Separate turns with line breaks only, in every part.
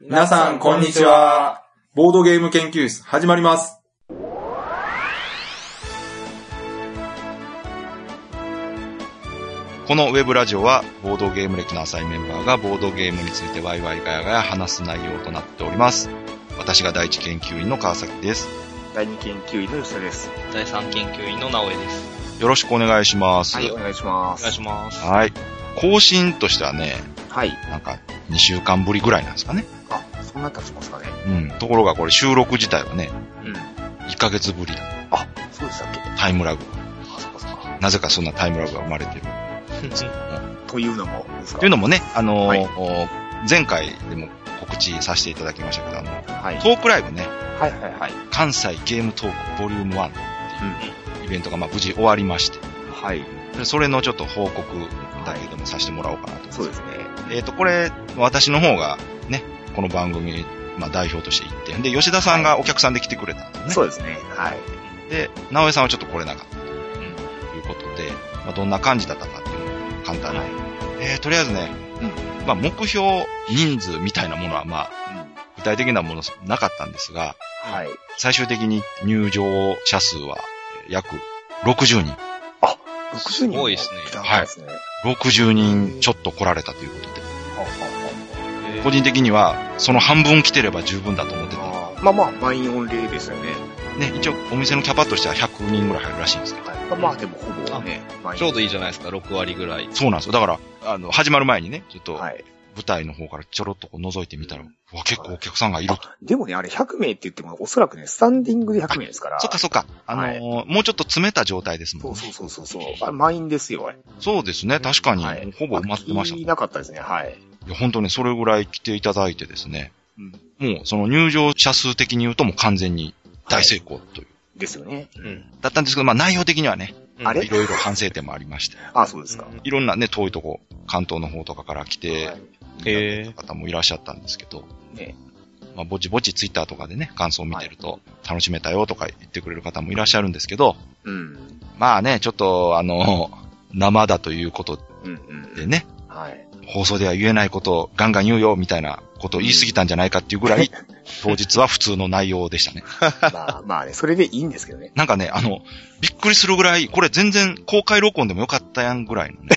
皆さん、こんにちは。ボードゲーム研究室、始まります。
このウェブラジオは、ボードゲーム歴の浅いメンバーがボードゲームについてワイワイガヤガヤ話す内容となっております。私が第一研究員の川崎です。
第二研究員の吉田です。
第三研究員の直江です。
よろしくお願いします。
はい、お願いしま
お願い
す
し。ます。
はい更新としてはね、
はい。
なんか2週間ぶりぐらいなんですかね。
あ、そんな経ちますかね。
うん。ところがこれ収録自体はね、
うん。
1ヶ月ぶり。
あ、そうでしたっけ
タイムラグ。
あ、そっかそっか。
なぜかそんなタイムラグが生まれてる。
というのも、ですか
というのもね、あのー
はい
お前回でも告知させていただきましたけど、あの、
はい。
トークライブね、
はいはいはい。
関西ゲームトークボリューム1っていうイベントがまあ無事終わりまして、
はい。
でそれのちょっと報告だけでもさせてもらおうかなと。
そうですね。
えっ、と、これ、私の方がね、この番組、まあ代表として行って、で、吉田さんがお客さんで来てくれたんです
そ
ね。
うですね。はい。
で、直江さんはちょっと来れなかったということで、まあどんな感じだったかっていうのを簡単に。えー、とりあえずね、まあ目標人数みたいなものはまあ、具体的なものなかったんですが、
はい。
最終的に入場者数はえー約60人。
60人も
すごいですね
来たんですね。
60人ちょっと来られたということで。
はあは
個人的には、その半分来てれば十分だと思ってて
あ、はああーまあまあ、満員御礼でしたよね。
ね、一応お店のキャパとしては100人ぐらい入るらしいんですけど。
はい。まあでも、ほぼね、満員
ちょうどいいじゃないですか、6割ぐらい。
そうなんですよ。だから、あの、始まる前にね、ちょっと
はい。
舞台の方からちょろっとこう覗いてみたら、うわ、結構お客さんがいると。
でもね、あれ100名って言っても、おそらくね、スタンディングで100名ですから。
そっかそっか。あのーもうちょっと詰めた状態ですも
そ
ん
う
ね。
そうそうそうそう。あれ満員ですよ、あれ。
そうですね。確かに、
はい
ほぼ埋まってましたもん
いなかったですね、はい。
いや、本当にそれぐらい来ていただいてですね。
うん
もう、その入場者数的に言うともう完全に大成功という。
ですよね。
だったんですけど、まあ内容的にはね、
あれ
いろいろ反省点もありまして。
あ、そうですか。
いろんなね、遠いとこ、関東の方とかから来て、
はい
えー
方もいらっしゃったんですけど、
ね、
まあ、ぼちぼちツイッターとかでね、感想を見てると、楽しめたよとか言ってくれる方もいらっしゃるんですけど、
うん。
まあね、ちょっと、あの、 生だということ
うんうん。
でね、
はい。
放送では言えないことをガンガン言うよ、みたいなことを言い過ぎたんじゃないかっていうぐらい、当日は普通の内容でしたね。
まあま あね、それでいいんですけどね。
なんかね、あの、びっくりするぐらい、これ全然公開録音でもよかったやんぐらいのね。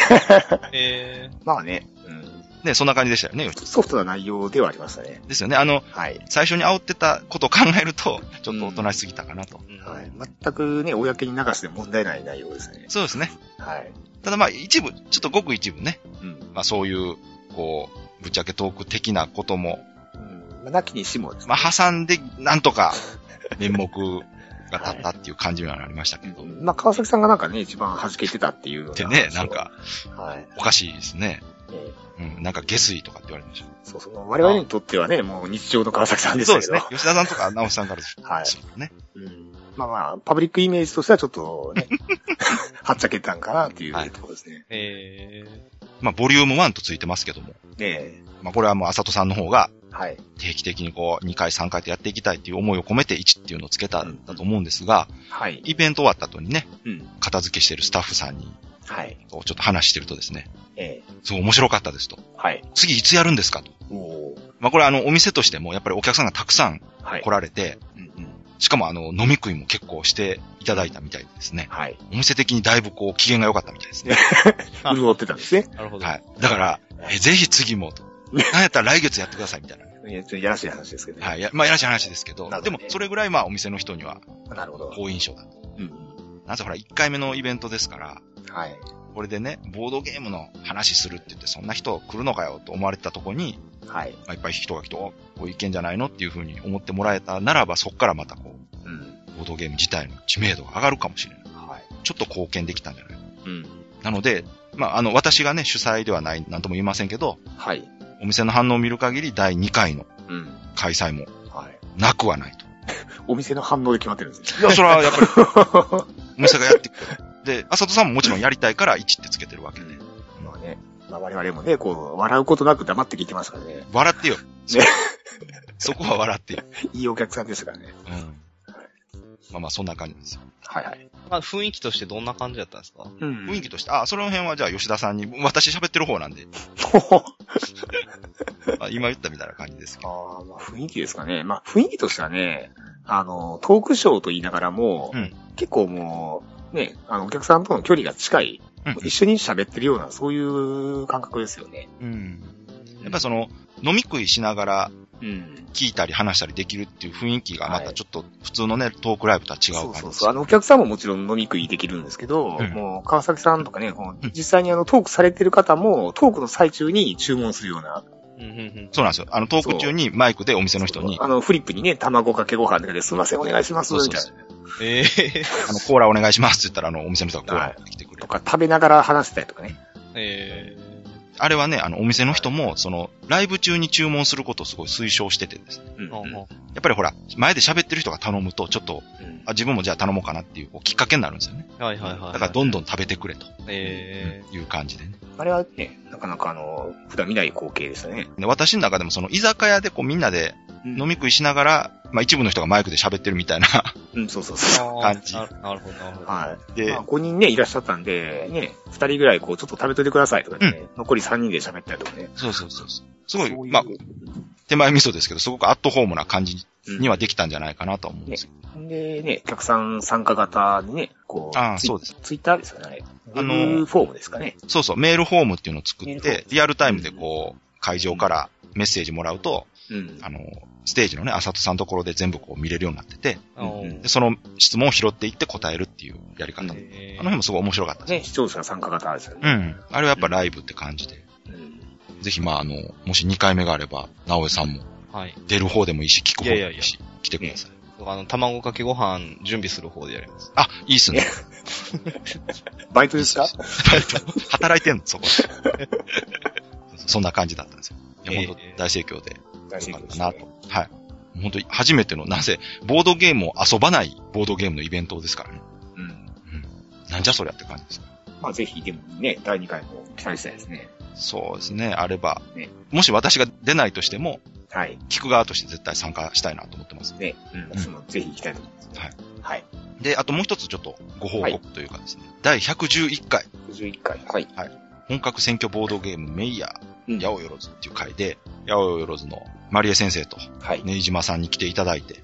え
まあね、うん、
ね、そんな感じでしたよね。
ソフトな内容ではありましたね。
ですよね。あの、
はい。
最初に煽ってたことを考えると、ちょっとおとなしすぎたかなと。
ー
はい。全くね、公に流して問題ない内容ですね。
そうですね。
はい。
ただまあ一部、ちょっとごく一部ね、
うん。
まあそういう、こう、ぶっちゃけトーク的なことも、
うん。まあ、なきにしもですね。
まあ挟んで、なんとか、面目が立ったっていう感じにはなりましたけど。
うんまあ、川崎さんがなんかね、一番弾けてたっていうような
でね、なんか、
はい。ね
おかしいですね。うん、なんか下水とかって言われてました。
そうそう。我々にとってはね、もう日常の川崎さんでし
そう
たけ
です
ど。
ね。吉田さんとか直樹さんからです
はい
そうね。
うんまあまあ、パブリックイメージとしてはちょっとね、はっちゃけたんかなってい
はいう
ところですね。
え
まあボリューム1とついてますけども。
ね
まあこれはもうあさとさんの方が
え。はい。
定期的にこう2回3回とやっていきたいっていう思いを込めて1っていうのをつけたんだと思うんですが、
はい。
イベント終わった後にね、
うん。
片付けしてるスタッフさんに
はい。
こうちょっと話してるとですね、
ええ。
そう面白かったですと。
はい。
次いつやるんですかと。
おお。
まあこれあのお店としてもやっぱりお客さんがたくさん
はい
来。られて、
うんうん。
しかもあの飲み食いも結構していただいたみたいでですね、
はい。
お店的にだいぶこう機嫌が良かったみたいですね。
あ
潤ってたんですね。
ー、なるほど。
はい。だから、えぜひ次もと。なんやったら来月やってくださいみたいな。
いや、ちょっとやらしい話ですけどね。
はい。やまあ、やらしい話ですけど
なる、ほ
で
どね
も、それぐらいまあ、お店の人には
なるほど。
好印象だと。
うんうん。
なぜほら、1回目のイベントですから、
はい。
これでね、ボードゲームの話するって言って、そんな人来るのかよと思われてたとこに、
はい。
まあ、いっぱい人が来て、おこういけんじゃないのっていうふうに思ってもらえたならば、そっからまたこう、
うん。
ボードゲーム自体の知名度が上がるかもしれない。
はい。
ちょっと貢献できたんじゃない
うん。
なので、まあ、あの、私がね、主催ではない、なんとも言いませんけど、
はい。
お店の反応を見る限り、第2回の
うん。
開催も
はい。
なくはないと。
お店の反応で決まってるんです
い
ね。
や、それはやっぱり、お店がやってくる。で、浅戸さんももちろんやりたいから1ってつけてるわけで。
まあね。まあ我々もね、こう、笑うことなく黙って聞いてますからね。
笑ってよ。そそこは笑ってよ。
いいお客さんですからね。
うん。まあまあ、そんな感じなんですよ。
はいはい。
まあ、雰囲気としてどんな感じだったんですか
うん
雰囲気として、あ、その辺はじゃあ吉田さんに、私喋ってる方なんで、
ほほ
まあ今言ったみたいな感じですけど。
ああ、まあ雰囲気ですかね。まあ雰囲気としてはね、あの、トークショーと言いながらも、
うん
結構もう、ね、あの、お客さんとの距離が近い、
うん
一緒に喋ってるような、そういう感覚ですよね。
うん。やっぱりその、飲み食いしながら
うん。
聞いたり話したりできるっていう雰囲気がま
は
た
い
ちょっと普通のね、トークライブとは違う
そ
感
う
じ
そう
です
そう。あの、お客さんももちろん飲み食いできるんですけど、
うん
もう、川崎さんとかね、こう
うん
実際にあの、トークされてる方も、トークの最中に注文するような、
うんうんうん
そうなんですよ。あの、トーク中にマイクでお店の人に、
あ
あ
の、フリップにね、卵かけご飯だけですいません、お願いします、
そう
み
そう
たい
そ
な。
えー
の、コーラお願いしますって言ったら、あの、お店の人がコーラ持ってきてくれ
と
る。
か、食べながら話したりとかね。
え
あれはね、あの、お店の人も、その、ライブ中に注文することをすごい推奨しててですね。
うん
ー。ほうほ
やっぱりほら、前で喋ってる人が頼むと、ちょっと、
うん
あ、自分もじゃあ頼もうかなっていうこうきっかけになるんですよね。
うはいはいはい。
だから、どんどん食べてくれと
え
いう感じでね。
あれはね、なかなかあの、普段見ない光景でしたね。
で私の中でもその居酒屋でこうみんなで飲み食いしながら、まあ一部の人がマイクで喋ってるみたいな。
うん、そうそう
ー。
そう。
あー
感じ
なるなるほど、なるほど。
はい。
で、
まあ、5人ね、いらっしゃったんで、ね、2人ぐらいこう、ちょっと食べといてくださいとかね、残り3人で喋ったりとかね。
そうそうそうそう。すごい、
そういう
まあ手前味噌ですけど、すごくアットホームな感じにはできたんじゃないかなと思うんですよ。
うんで、ね、お客さん参加型にね、こう、
ああ、
ツイ
そうです。
ツイッターですよね、あれ。
あ
あ
の
のフォームですかね。
そうそう、メールフォームっていうのを作
メー
っ
ルフォー
て
ム、
リアルタイムでこう、会場からメッセージもらうと、
うん。
あの、ステージのね、あさとさんのところで全部こう見れるようになってて、
あー
うん
でその質問を拾っていって答えるっていうやり方。あの
えー
辺もすごい面白かったです。
ね、視聴者参加型ですよ
う
ね。
ん。あれはやっぱライブって感じで。
うん
ぜひ、まあ、あの、もし2回目があれば、直江さんも
はい。
出る方でもいいし、聞く方でもいいし、
い
来てください。
あの、卵かけご飯準備する方でやり ます。
あ、いいっすね。
バイトですか
働いてんの、そこ。そんな感じだったんですよ。いや、
ええ
本当大盛況で
大
よ
丈
か
夫
っ
で
た
す
な
ね
と。はい。本当に初めての、なぜ、ボードゲームを遊ばないボードゲームのイベントですからね。
うん。
なんじゃそりゃって感じです。
まあ、ぜひ、でもね、第2回も期待したいですね。
そうですね、あれば
ね。
もし私が出ないとしても、
はい。
聞く側として絶対参加したいなと思ってます。
ね、うん、私もぜひ行きたいと思います。
はい。
はい。
で、あともう一つちょっとご報告というかですね、第111回
61回。はい。
本格選挙ボードゲームメイヤ
う
ー、八百万っていう回で、八百万のマリエ先生と
はい。
ネイジマさんに来ていただいて、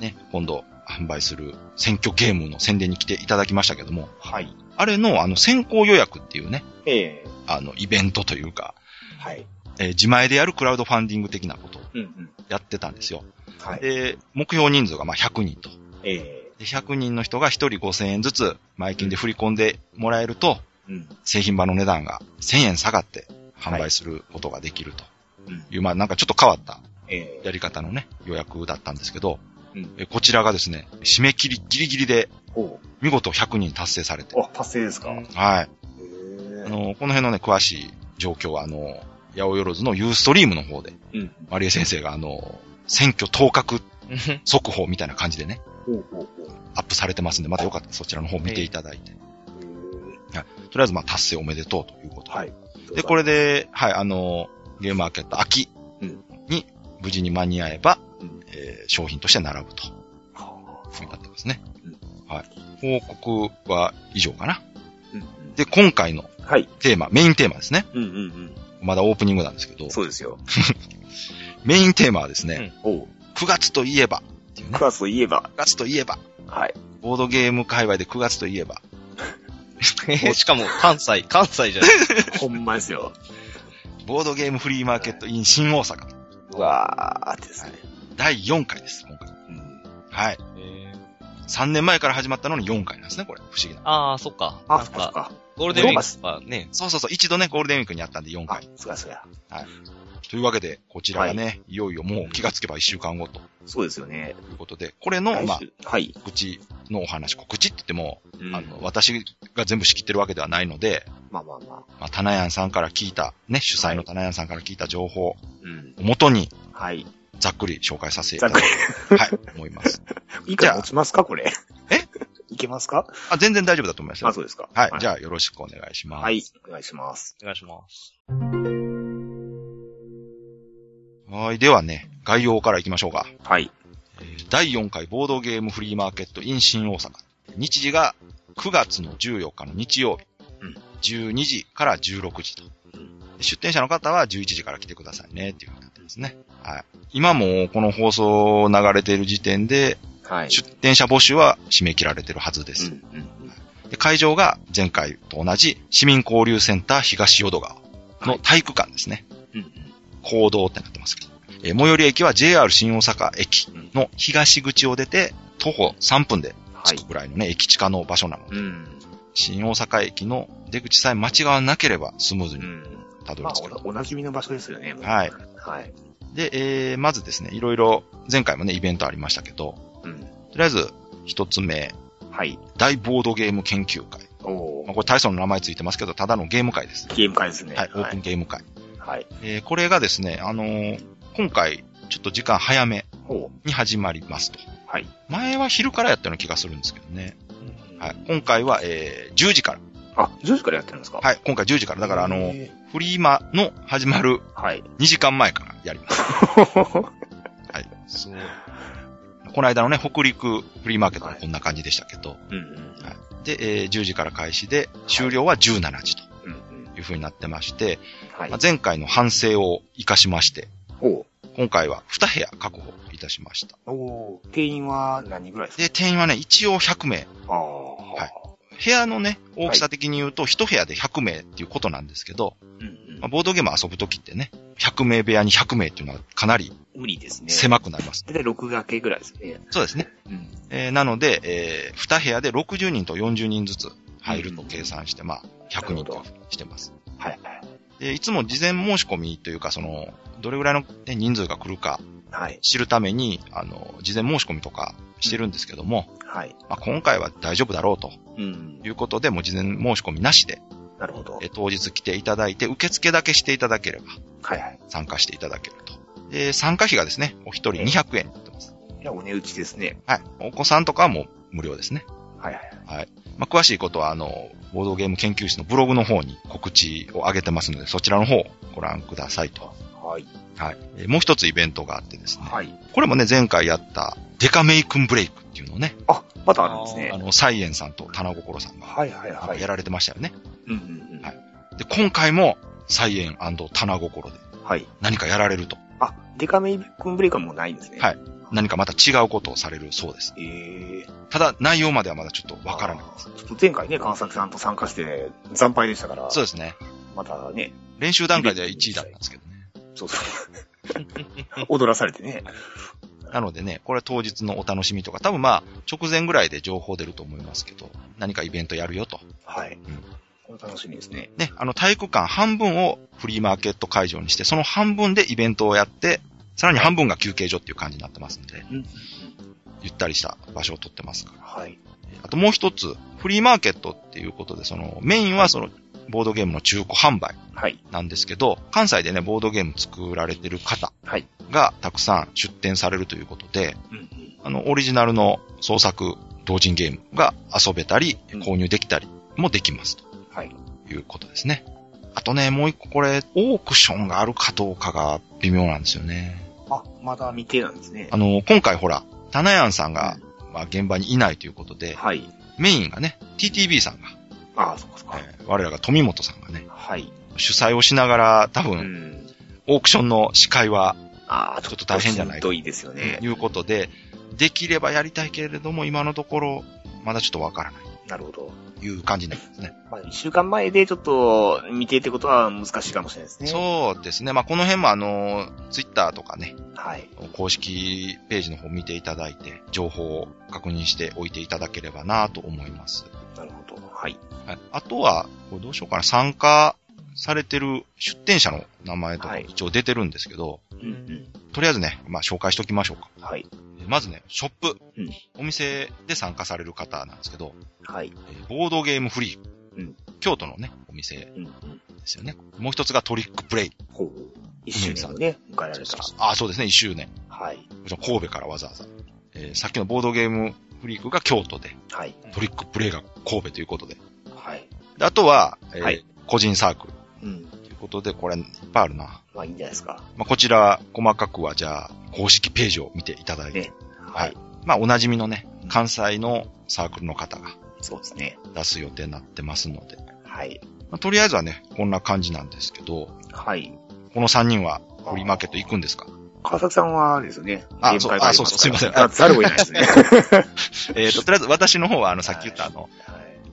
ね、今度販売する選挙ゲームの宣伝に来ていただきましたけども、
はい。
あれのあの先行予約っていうね、
ええ
あのイベントというか、
はい。
えー自前でやるクラウドファンディング的なことを
うんうん。
やってたんですよ。
はい。
で、目標人数がまあ100人と。
ええ
で100人の人が1人5000円ずつ、前金で振り込んでもらえると、
うん。
製品版の値段が1000円下がって販売することができると
うん。
いう、まあなんかちょっと変わった
ええ
やり方のね、予約だったんですけど、
うん
えこちらがですね、締め切りギリギリで
おう
見事100人達成されて、
あ、達成ですか。
うん
へ
はい。
え
あの、この辺のね、詳しい状況は、あの、八百万のユーストリームの方で、
うん。
マリエ先生があの、選挙当確
うん
速報みたいな感じでね、
ほうほうほう。
アップされてますんで、またよかったらそちらの方見ていただいて、
へ
とりあえずまあ達成おめでとうということ
え
で。
はい。
で、これで、はい、あの、ゲームマーケット秋
うん
に無事に間に合えば、
うん
えー商品として並ぶと、いう
は
ふうになってますね
うん。
はい。報告は以上かな。
あ。うんうん。
で、今回の
はい。
テーマ、メインテーマですね。
うんうんうん。
まだオープニングなんですけど、
そうですよ。
メインテーマはですね、
おう。
9月といえば、っていうね
9月といえば、
9月といえば、
はい。
ボードゲーム界隈で9月と いえば、
しかも、関西、関西じゃない。
ほんまですよ。
ボードゲームフリーマーケット in 新大阪、
うわーってですね。
第4回です、今回。
うん。
はい。
えー
3年前から始まったのに4回なんですね、これ。不思議な。
ああ、そっか。な
あ、
ん
そっかそっ
か、
か。
ゴールデンウィークはね、
そうそうそう、一度ね、ゴールデンウィークにあったんで4
あ
回。、
そっかそっか。
というわけで、こちらがね、い、よいよもう気がつけば1週間後と
そうですよね。
いうことで、これの、まあ
来、週はい。
告知のお話、告知って言っても、
うん
あの、私が全部仕切ってるわけではないので、
まあまあまあ。
まあ、タナヤンさんから聞いた、ね、主催のタナヤンさんから聞いた情報
うん。
をもとに、
はい。
ざっくり紹介させてい
ざ
た
っ
だ
く
き
り。
たい、はい、思い ます。
いくら持ちますかこれ。
え
いけますか
あ、全然大丈夫だと思いますよ
あ、。そうですか。
はい、じゃあよろしくお願いします。
はい。お願いします。
お願いします。
はい、ではね、概要からいきましょうか。
はい。
えー第4回ボードゲームフリーマーケット in 新大阪。日時が9月の14日の日曜日、
うん
12時から16時と。
うん
で出店者の方は11時から来てくださいね、っていうふうになってますね。はい。今もこの放送流れている時点で、
はい。
出店者募集は締め切られてるはずで
う
す。
んうん
で会場が前回と同じ市民交流センター東淀川の体育館ですね。
うん
行動ってなってますけど。えー最寄り駅は JR 新大阪駅の東口を出て、徒歩3分で
は
着
い
く。ぐらいのね、駅地下の場所なので、
うん。
新大阪駅の出口さえ間違わなければスムーズ
う
に
ん。
たど
まあ
り着ける。
お、おなじみの場所ですよね。
はい。
はい。
で、えー、まずですね、いろいろ前回もね、イベントありましたけど、
うん。
とりあえず一つ目、
はい。
大ボードゲーム研究会。
お
まあ、
ー
これ大層の名前ついてますけど、ただのゲーム会です。
ゲーム会ですね。
はい、オープンゲーム会。
はい。
えーこれがですね、あのー今回、ちょっと時間早め
ほ
に始まりますと。
う。はい。
前は昼からやったような気がするんですけどね。はい、今回は、えー10時から。
あ、10時からやってるんですか
はい、今回10時から。だから、あのーフリーマの始まる
はい。
2時間前からやります。はい。そう。この間のね、北陸フリーマーケットはこんな感じでしたけど、
うんうん。
で、えー10時から開始で、終了は17時と
うんうん。
いう風になってまして、
はい
まあ。前回の反省を活かしまして、
ほ
今回は2部屋確保いたしました。
う。おー定員は何人ぐらいです
で、定員はね、一応100名。。
かああ。はい
部屋のね、大きさ的に言うと、1部屋で100名っていうことなんですけど、
うんうん
まあ、ボードゲーム遊ぶときってね、100名部屋に100名っていうのはかなり
無理ですね。
狭くなります。
大体6掛けぐらいですね。
そうですね。
うん。
えーなので、え2部屋で60人と40人ずつ入ると計算して、まあ、100人としてます。
はいはい。
で、いつも事前申し込みというか、その、どれぐらいのね人数が来るか
はい。
知るために、あの、事前申し込みとかしてるんですけども、
はい。
まあ、今回は大丈夫だろうと
うん
とい。うことで、もう事前申し込みなしで、
なるほど。
え当日来ていただいて、受付だけしていただければ、
はいはい。
参加していただけると。で、参加費がですね、お一人200円になってます。
いや、お値打ちですね。
はい。お子さんとかはもう無料ですね。
はいはい。
まあ、詳しいことは、あの、ボードゲーム研究室のブログの方に告知を上げてますので、そちらの方をご覧くださいと。
はい。
はい。えもう一つイベントがあってですね、
はい。
これもね、前回やった、デカメイクンブレイクっていうのをね、
あ、またあるんです
あ
ね。
の、サイエンさんと棚心さんが、
はいはいはい。
やられてましたよね。
うんうんうん。
はいで、今回も、サイエン棚心で
はい。
何かやられると。
あ、デカメイクンブレイクはもうないんですね。
はい。何かまた違うことをされるそうです。
ええ
ただ、内容まではまだちょっとわからないです。
ちょっと前回ね、川崎さんと参加して、ね、惨敗でしたから。
そうですね。
またね、
練習段階では1位だったんですけどね。
そう そう。踊らされてね。
なのでね、これは当日のお楽しみとか、多分まあ、直前ぐらいで情報出ると思いますけど、何かイベントやるよと。
はい。これ楽しみですね。
ね、あの、体育館半分をフリーマーケット会場にして、その半分でイベントをやって、さらに半分が休憩所っていう感じになってますんで、
うん。
ゆったりした場所を取ってますから。
はい。
あともう一つ、フリーマーケットっていうことで、その、メインはその、ボードゲームの中古販売。
はい。
なんですけど、関西でね、ボードゲーム作られてる方
はい。
がたくさん出展されるということで、
うんうん。
あの、オリジナルの創作同人ゲームが遊べたり、
うん
購入できたりもできますと
はい。
いうことですね。あとね、もう一個これ、オークションがあるかどうかが微妙なんですよね。
あ、まだ未定なんですね
あ。の、今回ほら、タナヤンさんが
う、
まあ、現場にいないということで、
はい。
メインがね、TTB さんが、
ああ、そっかそっか。
えー我らが富本さんがね、
はい。
主催をしながら、多
う
分、
ん。
オークションの司会は
ああ、
ちょっと大変じゃない
しんどいですよね。
いうことで、できればやりたいけれども、今のところ、まだちょっとわからない
なるほど。
という感じになりますね。
まあ、一週間前でちょっと未定ってことは難しいかもしれないですね。
そうですね。まあ、この辺もあの、ツイッターとかね、
はい。
公式ページの方見ていただいて、情報を確認しておいていただければなと思います。
なるほど。はい。
はい。あとは、これどうしようかな、参加されてる出展者の名前とか
はい
一応出てるんですけど、
うん
とりあえずね、まあ、紹介しておきましょうか。
うん。はい。
まずね、ショップ、
うん
お店で参加される方なんですけど、
はい。
えーボードゲームフリーク。
うん
京都のね、お店で
うんうん。
すよね。もう一つがトリックプレイ。
ほう。一周年をね、迎えられた。
ああ、そうですね、1周年。
はい。
こちら神戸からわざわざ。えーさっきのボードゲームフリークが京都で、
はい。
トリックプレイが神戸ということで。
はい。
であとは、えー
はい
個人サークル
うん。
ということで、これいっぱいあるな。
まあいいんじゃないですか。
まあ、こちら、細かくは、じゃあ、公式ページを見ていただいて。
ね
は
はいい。
まあ、おなじみのね
う、ん
関西のサークルの方が
そうですね。
出す予定になってますので、
はい。
まあとりあえずはね、こんな感じなんですけど、
はい。
この3人はフリーマーケット行くんですか
川崎さんは、あれですよね。
あ
限界がり
そうあそうそうすいません
からあざるを得ない ですね。
えーと、とりあえず私の方は、あの、さっき言ったあの、
はい。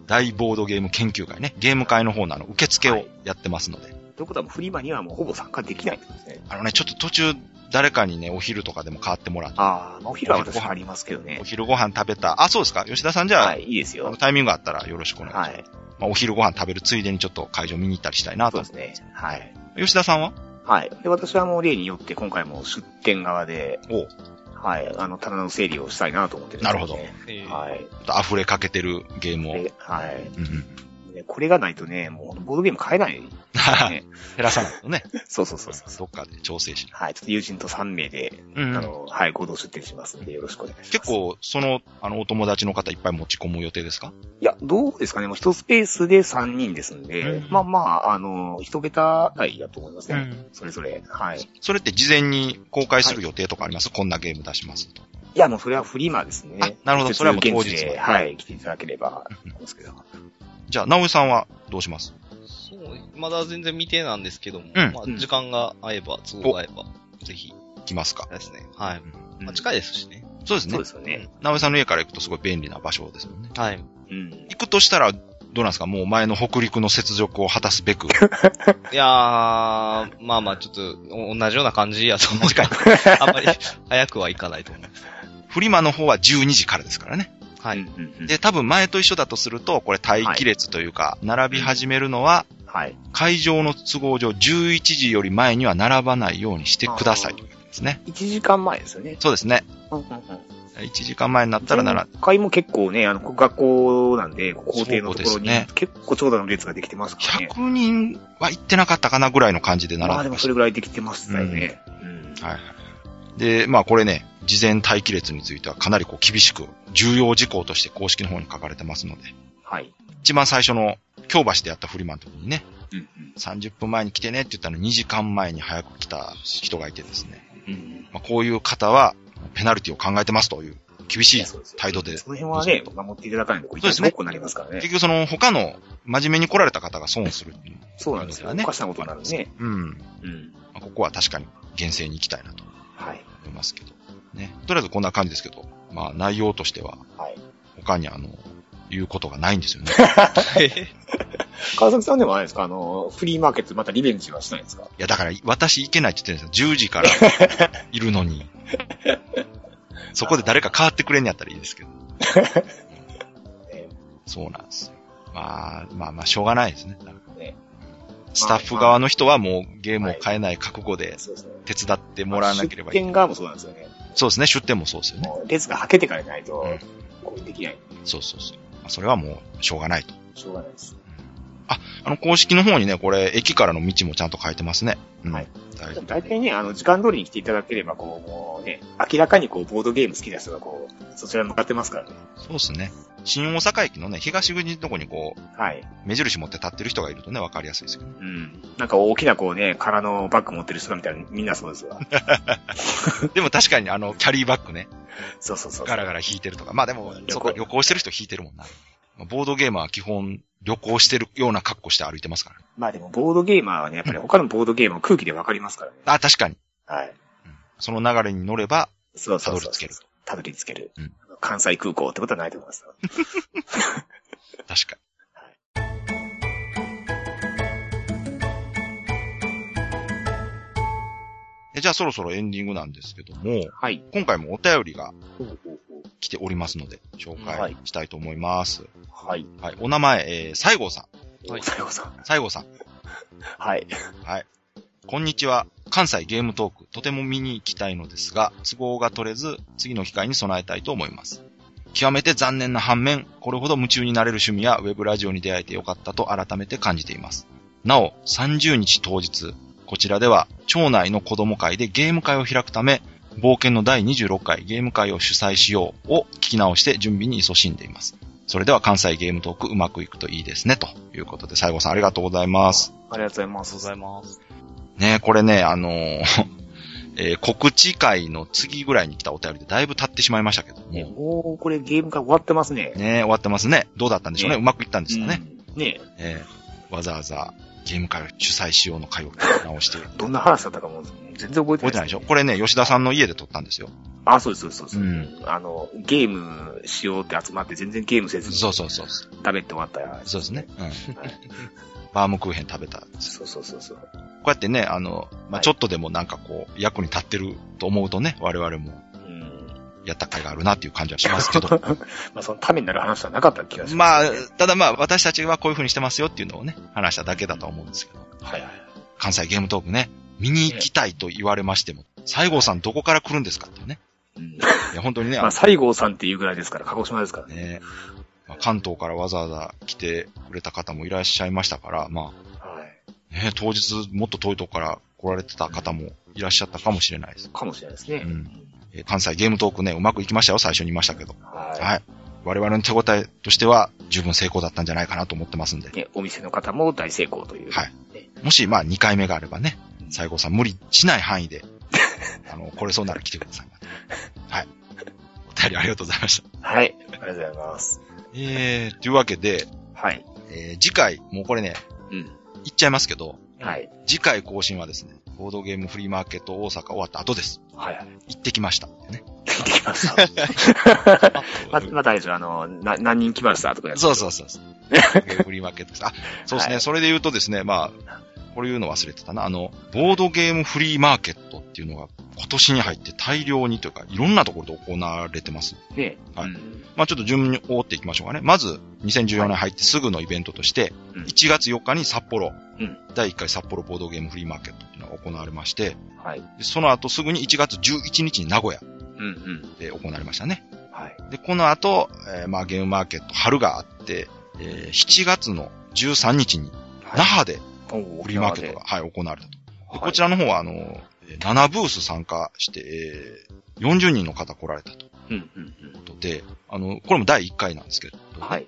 大ボードゲーム研究会ね、ゲーム会の方のあの、受付をやってますので、
ということは、フリマにはもうほぼ参加できないってことですね。
あのね、ちょっと途中、誰かにね、お昼とかでも変わってもらって、
ああ、まあお昼は私もありますけどね
お。昼ご飯食べた、あ、そうですか、吉田さんじゃあ、
はい、いいです
あの
よ。
タイミングがあったらよろしくお願いします。
はい。
まあ、お昼ご飯食べるついでにちょっと会場見に行ったりしたいな
そう
と
で。すね。はい。
吉田さんは
はい。で、私はもう例によって今回も出店側で、
お
はい、あの、棚の整理をしたいなと思ってるんです
な
よ
る
ね
ほど。
えー
はい。
溢れかけてるゲームを。うん
ではい。
うん、
でこれがないとね、もうボードゲーム買えない。 ね
減らさないとね。
そう そうそうそう。
どっかで調整しない。
はい。ちょっと友人と3名で、
うん
あの、はい、合同出店しますんで、よろしくお願いします。
結。構、その、あの、お友達の方いっぱい持ち込む予定ですか
いや、どうですかね。もう一スペースで3人ですんで、
うん
まあまあ、あの、一桁台だと思いますね。
うん
それぞれ。はい。い
それって事前に公開する予定とかあります、こんなゲーム出しますと。
や、もうそれはフリーマーですね
あ。なるほど
直接
それはもう当日
現地で、
は
はい、来ていただければ、なんですけど。
じゃあ、直江さんはどうします
そう、まだ全然未定なんですけども、
うん
ま
うん
あ、時間が合えば、都合が合えば、ぜひ、
来ますか、
ですね。はい。
うん
まあ、近いですしね。
そうで
そ
すね
うで。すよね。
直江さんの家から行くとすごい便利な場所ですもんね。
はい。
うん。
行くとしたら、どうなんですかもう前の北陸の雪辱を果た すべく。
いやー、まあまあ、ちょっと、お同じような感じやと思う。 あんまり、早くはいかないと思う。
フリマの方は12時からですからね。
は
う
い。
んうんうん
で、多分前と一緒だとすると、これ待機列というか、並び始めるのは、
はい。
会場の都合上11時より前には並ばないようにしてください
あー
ということですね。
1時間前ですよね。
そうですね。
うんうんうん。
1時間前になったら並ん
前回も結構ね、あの、学校なんで、校庭のとこ
そ
ろ
うです
に、
ね
結構長蛇の列ができてますからね。
100人は行ってなかったかなぐらいの感じで並ん
まあ
で
でも
ま
そ
し
れぐらいできてましたよね。うん。
た。はいはい。で、まあこれね、事前待機列についてはかなりこう厳しく、重要事項として公式の方に書かれてますので、
はい。
一番最初の京橋でやったフリマの時にね、
うん
30分前に来てねって言ったのに2時間前に早く来た人がいてですね、
うん。うん。
まあ、こういう方はペナルティを考えてますという厳しい
そうですよ
態度で、
その辺はね、守っていただかないと、これ、
そうですね
結構なりますから
結
ね。
局その他の真面目に来られた方が損をするっていう。
そうなんですよね。おかしなことになるね。
うん。
うん。
まあここは確かに厳正に行きたいなと
はい。
思いますけど。ね。とりあえずこんな感じですけど、まあ内容としては
はい。
他にあの、言うことがないんですよね。
川崎さんでもないですかあの、フリーマーケットまたリベンジはしないんですか
いやだから私行けないって言ってるんですよ。10時からいるのに。そこで誰か変わってくれんやったらいいですけど。
ね
そうなんですよ。まあ、まあまあ、しょうがないですね。
ね
スタッフ側の人はもうゲームを変えない覚悟で
そうですね。
手伝ってもらわなければい
出
けない。
店側もそうなんですよね。
そうですね、出店もそうですよね。
もう列がはけてからないと
うん、
こうできない。
そうそうそう。まあそれはもう、しょうがないと。
しょうがないです。
あの、公式の方にね、これ、駅からの道もちゃんと変えてますね。うん
はい。
大
で
丈
も
夫
大体ね、あの、時間通りに来ていただければ、こう、もうね、明らかにこう、ボードゲーム好きな人がこう、そちらに向かってますからね。
そうですね。新大阪駅のね、東口のとこにこう、
はい。
目印持って立ってる人がいるとね、わかりやすいですよね。
うん。なんか大きなこうね、空のバッグ持ってる人がみたいな、みんなそうです わ。
でも確かにあの、キャリーバッグね、
そうそうそう。
ガラガラ引いてるとか。まあでも、
旅行
そうか、旅行してる人引いてるもんな。まあボードゲーマーは基本、旅行してるような格好して歩いてますからね。
まあでも、ボードゲーマーはね、やっぱり他のボードゲームは空気でわかりますからね。
あ、確かに。
はい。
うんその流れに乗れば、
そうそうそう。
たどり着ける。
たどり着ける。
うん
関西空港ってことはないと思います。
確かに。えじゃあそろそろエンディングなんですけども、
はい。
今回もお便りが来ておりますので、紹
は
介
い
したいと思います。
はい。
はい。お名前、えー、西郷さ
はい
さようさん。
ん。西郷さん。
はい。
こんにちは。関西ゲームトーク、とても見に行きたいのですが、都合が取れず、次の機会に備えたいと思います。極めて残念な反面、これほど夢中になれる趣味やウェブラジオに出会えてよかったと改めて感じています。なお、30日当日、こちらでは、町内の子供会でゲーム会を開くため、冒険の第26回ゲーム会を主催しようを聞き直して準備に勤しんでいます。それでは関西ゲームトークうまくいくといいですね、ということで、西郷さんありがとうございます。
ありがとうございま
ありがとうご
す。
ざいます。
ね、これね、あのー えー告知会の次ぐらいに来たお便りでだいぶ経ってしまいましたけど
ね
も、
もう、これゲームが終わってますね。
ね、終わってますね。どうだったんでしょうね。
ね
うまくいったんですかね。
うん。ね
えわざわざゲーム会を主催しようの会を直して、覚
どんな話だったかもう全然覚えてな
え
い
てないでしょこれね、吉田さんの家で撮ったんですよ。
あ、そうです、そうです、そうです。
うん
あの、ゲームしようって集まって全然ゲームせずに
そうそうそう。そう
食べて終わったら。
ですね。うん
はい。
バームクーヘン食べたんです。
そうそうそうそう。
こうやってね、あの、
は
まあ、
い
ちょっとでもなんかこう、役に立ってると思うとね、我々も
うん。
やった甲斐があるなっていう感じはします け ど。
まあ、そのためになる話はなかった気がしま、
ますあ、ただまあ、私たちはこういう風にしてますよっていうのをね、話しただけだとは思うんですけど。
あ、はいはい。
関西ゲームトークね、見に行きたいと言われましても、西郷さんどこから来るんですかっていうね。
うん
いや、本当にね、
まあ、
あ
西郷さんっていうぐらいですから、鹿児島ですから
の
ね。
ね、まあ関東からわざわざ来てくれた方もいらっしゃいましたから、ま
はい。
あ、ね、当日もっと遠いとこから来られてた方もいらっしゃったかもしれないです。
かもしれないですね。
うんえー関西ゲームトークね、うまくいきましたよ、最初に言いましたけど。
はい。
はい。我々の手応えとしては十分成功だったんじゃないかなと思ってますんで。
ね、お店の方も大成功という。
はい
ね。
もし、まあ、2回目があればね、西郷さん無理しない範囲で、 あの、来れそうなら来てください。はい。お便りありがとうございました。
はい。ありがとうございます。
えー、というわけで、
はい。
えー次回、もうこれね、
うん。
言っちゃいますけど、
はい。
次回更新はですね、ボードゲームフリーマーケット大阪終わった後です。
はいはい。
行ってきました。ね。
聞いてきました。 ま、またあれでしょ、あの、な、何人来ましたとかやつ
そうそうそうそう。 ボードゲームフリーマーケットです。あ、そうですね、
はい
それで言うとですね、まあ、これ言うの忘れてたな。あの、ボードゲームフリーマーケットっていうのが今年に入って大量にというか、いろんなところで行われてます。
ね。
はい
うん
まあちょっと順に追っていきましょうかね。まず、2014年入ってすぐのイベントとして、
うん
1月4日に札幌、
うん
第1回札幌ボードゲームフリーマーケットっていうのが行われまして、
はい。
でその後すぐに1月11日に名古屋
うんうん。
で行われましたね。
はい。
で、この後、えーまあゲームマーケット春があって、えー7月の13日に那覇で
お
フリーマーケット
が
が、はい、行われたと。でこちらの方は、あの、えー7ブース参加して、えー40人の方来られたという
うんうんうん。
ことで、あの、これも第1回なんですけど、
はい。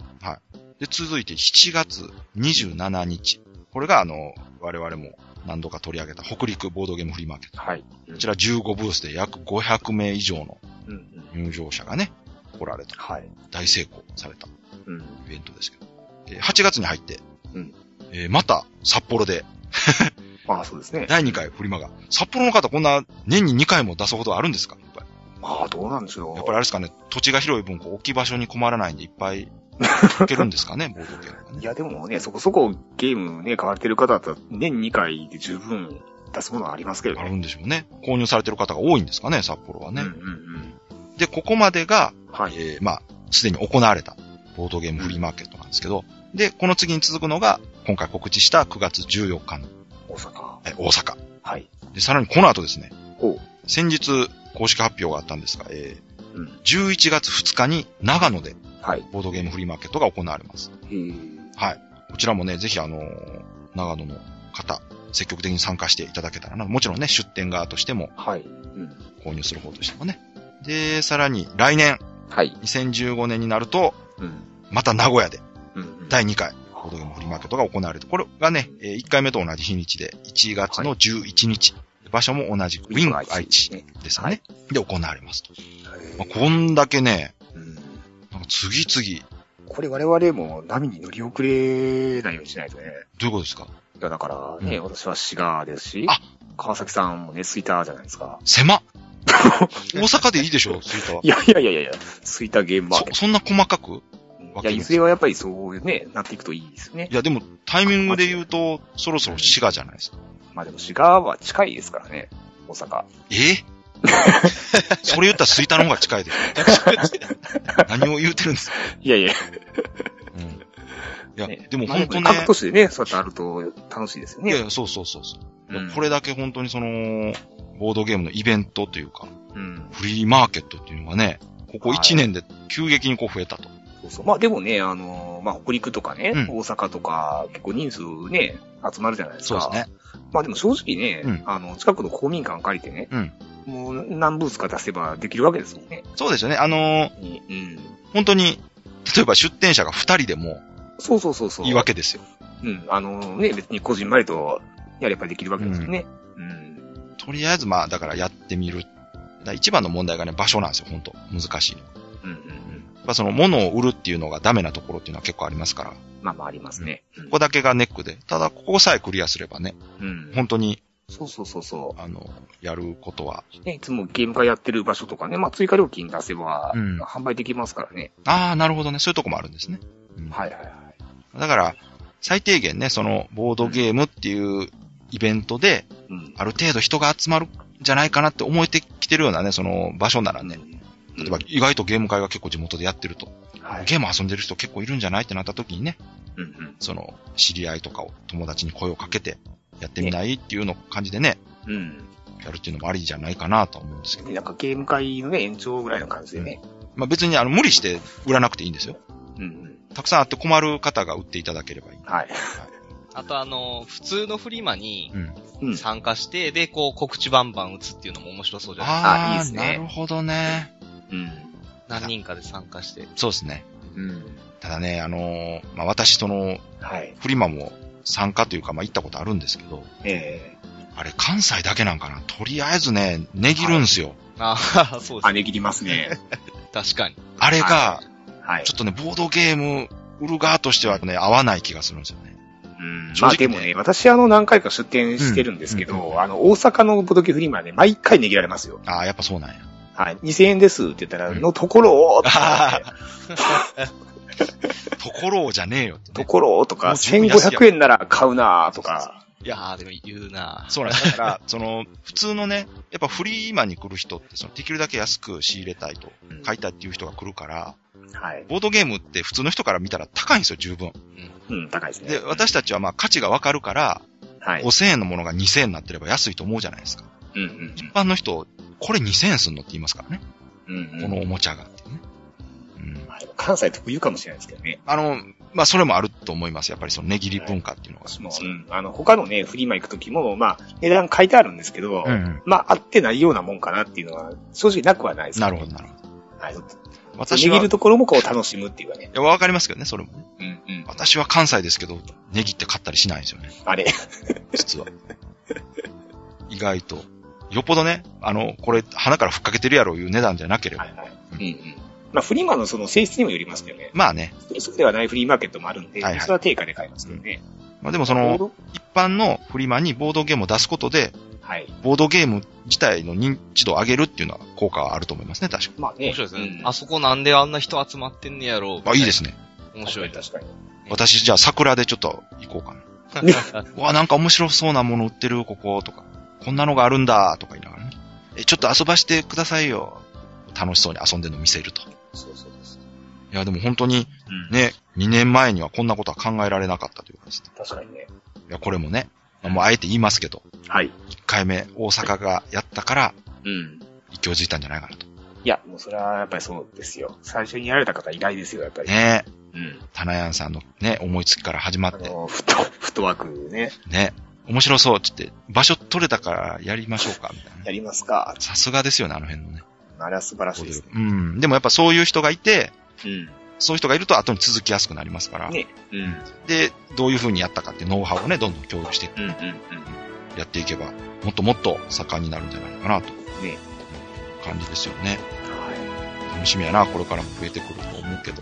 で、続いて7月27日。これが、あの、我々も何度か取り上げた北陸ボードゲームフリーマーケット。
はい。
こちら15ブースで約500名以上の
うんうん。
入場者がね、来られた。
はい。
大成功されたイ
うん。
ベントですけど。で8月に入って、
うん
えーまた札幌で
まあそうですね。
第2回フリマが。札幌の方こんな年に2回も出すほどあるんですかやっぱり
まあどうなんでしょう。
やっぱりあれですかね、土地が広い分、こう、置き場所に困らないんでいっぱい置けるんですかね、 ボードゲームがね
い。やでもね、そこそこゲームね、買われてる方だったら年2回で十分出すものはありますけど
あ
ね。
るんでしょうね。購入されてる方が多いんですかね、札幌はね。
うんうん
で、ここまでが、
うん。はい。
えーまあ、すでに行われたボードゲームフリーマーケットなんですけど、で、この次に続くのが、今回告知した9月14日の
大阪。
えー大阪。
はい。
で、さらにこの後ですね、
おう。
先日公式発表があったんですが、え
うん
ー、11月2日に長野で
はい。
ボードゲームフリーマーケットが行われます。
へー
はい。こちらもね、ぜひあのー長野の方、積極的に参加していただけたらな。もちろんね、出店側としても
はい。うん。
購入する方としてもね。で、さらに来年、
はい。
2015年になると、
うん。
また名古屋で
うん。
第2回、ボードゲームフリーマーケットが行われる。これがね、1回目と同じ日にちで、1月の11日。場所も同じく、ウィンク愛知
ね。
ですよね。で、行われますと。まあ、こんだけね、
うん
なんか次々、
これ我々も波に乗り遅れないようにしないとね。
どういうことですか
いや、だからね、
うん
私は滋賀ですし、
あ
川崎さんもね、スイターじゃないですか。
狭っ大阪でいいで
。
しょ、スイートはい
やいやいやいやいや、スイターゲームマー
そ
ケッ、ト。
そんな細かく
いや、いずれはやっぱりそうね、なっていくといいですよね
い。や、でも、タイミングで言うと、そろそろ滋賀じゃないですか。
まあでも滋賀は近いですからね、大阪。
え それ言ったらスイタの方が近いです。何を言うてるんですか、
いやいや、
うん、いや、
ね
でも
まあ
本当ね、
各都市でね、そうやってあると楽しいですよ
いやい
ね。
や、そうそうそうそう、
うん
これだけ本当にその、ボードゲームのイベントというか、
うん。
フリーマーケットっていうのがね、ここ
はい
1年で急激にこう増えたと。
そうそう。まあでもね、あのーまあ北陸とかね、
うん
大阪とか、結構人数ね、集まるじゃないです
そう
か。
ですね。
まあでも正直ね、
うん
あの、近くの公民館借りてね、
うん
もう何ブースか出せばできるわけですもんね。
そうですよね。あのー
うん。
本当に、例えば出店者が2人でも
そうそうそうそう。
いいわけですよ。
うん。あのね、別にこじんまりとやればできるわけですよね。うん。
とりあえずまあ、だからやってみる。だから一番の問題がね、場所なんですよ、本当難しいの。
うんうんうん。
ぱその物を売るっていうのがダメなところっていうのは結構ありますから、こ
まあまあありますね。うん
こだけがネックで、ただここさえクリアすればね、
うん。
本当に、
そうそうそうそ
あの、やることは、
う。ね、いつもゲーム会やってる場所とかね、まあ追加料金出せば、
うん
販売できますからね。
ああ、なるほどね、そういうとこもあるんですね。うん
はいはいはい。
だから、最低限ね、その、ボードゲームっていうイベントで、
うん。
ある程度人が集まるんじゃないかなって思えてきてるようなね、その場所ならね、
うん
例えば意外とゲーム会が結構地元でやってると、
はい。
ゲーム遊んでる人結構いるんじゃないってなった時にね、
うんうん。
その、知り合いとかを友達に声をかけて、やってみないっていうの感じでね、
うん。
やるっていうのもありじゃないかなとは思うんですけど。
でなんかゲーム会のね、延長ぐらいの感じでね。
まあ別にあの、無理して売らなくていいんですよ。
うんうん。
たくさんあって困る方が売っていただければいい。
はい。
あとあの、普通のフリマに
うん。
うん。
参加して、で、こう告知バンバン打つっていうのも面白そうじゃない
ああ、
いいですね
なるほどね。
うん。
何人かで参加して。
そうですね。
うん。
ただね、あのーまあ私との
はい。
フリマも参加というか、まあ行ったことあるんですけど、
ええ
あれ関西だけなんかな。とりあえずね、値切るんすよ。
ああ、そうで
あ、
すね。
ねぎりますね。
確かに。
あれが、
はい
ちょ。っとね、ボードゲーム売る側としてはね、合わない気がするんですよね。
うん
正
まあ
直ね
でもね、私あの何回か出店してるんですけ
うんうんうんう
ど、あの、大阪のボドキフリマね、毎回値切られますよ。
ああ、やっぱそうなんや。
はい。2000円ですって言ったら、
うん
のところを、とかね
ところじゃねえよって、
と
ね。
ころをとか、
もう十分安いやん
1500円なら買うなとか。
いやー、でも言うな
そうなんです。だから、 その、普通のね、やっぱフリーマンに来る人って、その、できるだけ安く仕入れたいと、買いたいっていう人が来るから、
はい。
ボードゲームって普通の人から見たら高いんですよ、十分。
うん、高いですね
で、。私たちはまあ価値がわかるから、
はい。
5000円のものが2000円になってれば安いと思うじゃないですか。
うんうん
一般の人、これ2000円すんのって言いますからね。
うんうん
このおもちゃがってね。うん。
まあでも関西特有かもしれないですけどね。
あの、まあ、それもあると思います。やっぱりその値切り文化っていうのが。
そのうんあの、他のね、フリマ行くときも、まあ、値段書いてあるんですけど、
うんうん。
まあ、合ってないようなもんかなっていうのは、正直なくはないです、
なるほど、なるほど。
ど。はい。
私は、
握
い
るところもこう楽しむっていうかね。
や、わかりますけどね、それもね。
うんうん。
私は関西ですけど、値切って買ったりしないんですよね、
あれ。
実は。 意外と。よっぽどね、あの、これ、鼻からふっかけてるやろいう値段じゃなければ。
はいはい。うんうん。まあ、フリマのその性質にもよりますけどね。
まあね。
そうではないフリーマーケットもあるんで、
はいはい
それは定価で買いますけどね。
まあでもそ
ボー
の、
ド
一般のフリマにボードゲームを出すことで、
はい。
ボードゲーム自体の認知度を上げるっていうのは効果はあると思いますね、確か
まあね。
面白いですね
う。ん
あそこなんであんな人集まってんねやろう。
に。あ、いいですね。
面白い。
確かに。確か
私、じゃあ桜でちょっと行こうかな。うわ、なんか面白そうなもの売ってる、ここ、とか。こんなのがあるんだ、とか言いながらね。え、ちょっと遊ばしてくださいよ。楽しそうに遊んでるの見せると。い
にそうそうです。
や、でも本当に、
うん。
ね、2年前にはこんなことは考えられなかったというかですね。
確かにね。
いや、これもね、もうあえて言いますけど、
はい。
1回目、大阪がやったから、
うん。
勢いづいたんじゃないかなと。
いや、もうそれはやっぱりそうですよ。最初にやられた方偉大ですよ、やっぱり。
ね
うん。
棚屋さんのね、思いつきから始ま
あ
って、
の、フット、フットワークね、
ね、面白そうって言って、場所取れたからやりましょうか、みたいなね。
やりますか。
さすがですよね、あの辺のね。
あれは素晴らしいですね。
うん。でもやっぱそういう人がいて、
うん。
そういう人がいると後に続きやすくなりますから。
ね。うん。
で、どういう風にやったかってノウハウをね、どんどん共有して
うんうん
やっていけば、もっともっと盛んになるんじゃないかなと
うん。ね。
感じですよね。
は
楽しみやな、これからも増えてくると思うけど。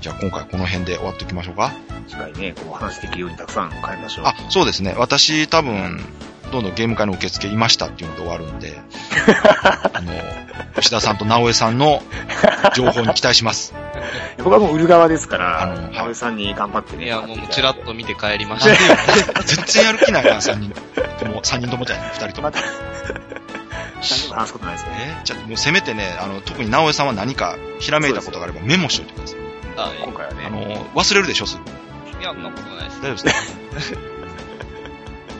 じゃあ今回この辺で終わっておきましょうか。
い。次回ね、こう話できるようにたくさん買いましょう。
あ、そうですね。私多分、どんどんゲーム会の受付いましたっていうので終わる んで、あの、吉田さんと直江さんの情報に期待 します。
僕はもう売る側ですか
あの
ら、ハウさんに頑張って
い
ね。
や、もうチラッと見て帰り
な
ま
ん
し
でよ全然やる気ないな、3人とも、3人ともじゃない、2人とも
ま。た、何も話すことないですよね。
えーじゃあもうせめてね、あの、特に直江さんは何かひらめいたことがあればメモしておいてください。
た。
今回は
あ
ね、
のー、忘れるでしょ、すぐ。
いや、そんなことないです。
大丈夫です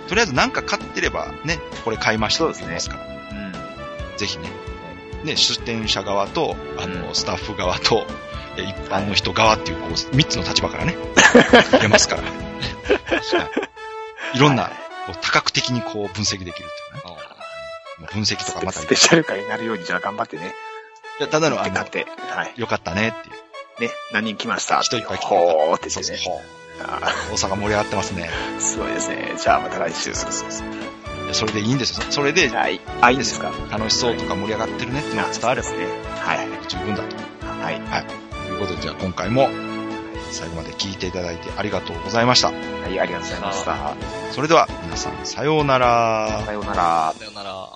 とりあえず何か買ってればね、これ買いましたって言いますから、
うん。
ぜひね。ね、出店者側と、あの、スタッフ側と、え一般の人側っていう、こう、3つの立場から ね、入れますから。いろんな、こう多角的にこう分析できるっていうねまあ。分析とかまた
スペシャル会になるように、じゃあ頑張ってね。
いやただの、あ
買っ
の、
て、はい。
よかったねっていう。
ね、何人来ました
人いっぱい来てくれた
ほーって言
そう
って
そう
ね。
ほう。
あ
大阪盛り上がってますね。
ーすごいですね。じゃあまた来週。
いやそれでいいんですよ。それで
はい。あ、いいんですか
楽しそうとか盛り上がってるねっていうのが伝われば
ね。はい。
十分だと。
はい。はい。
ということで、じゃあ今回も最後まで聞いていただいてありがとうございました。
はい、ありがとうございました。
それでは皆さん、さようなら。
さようなら。
さよなら。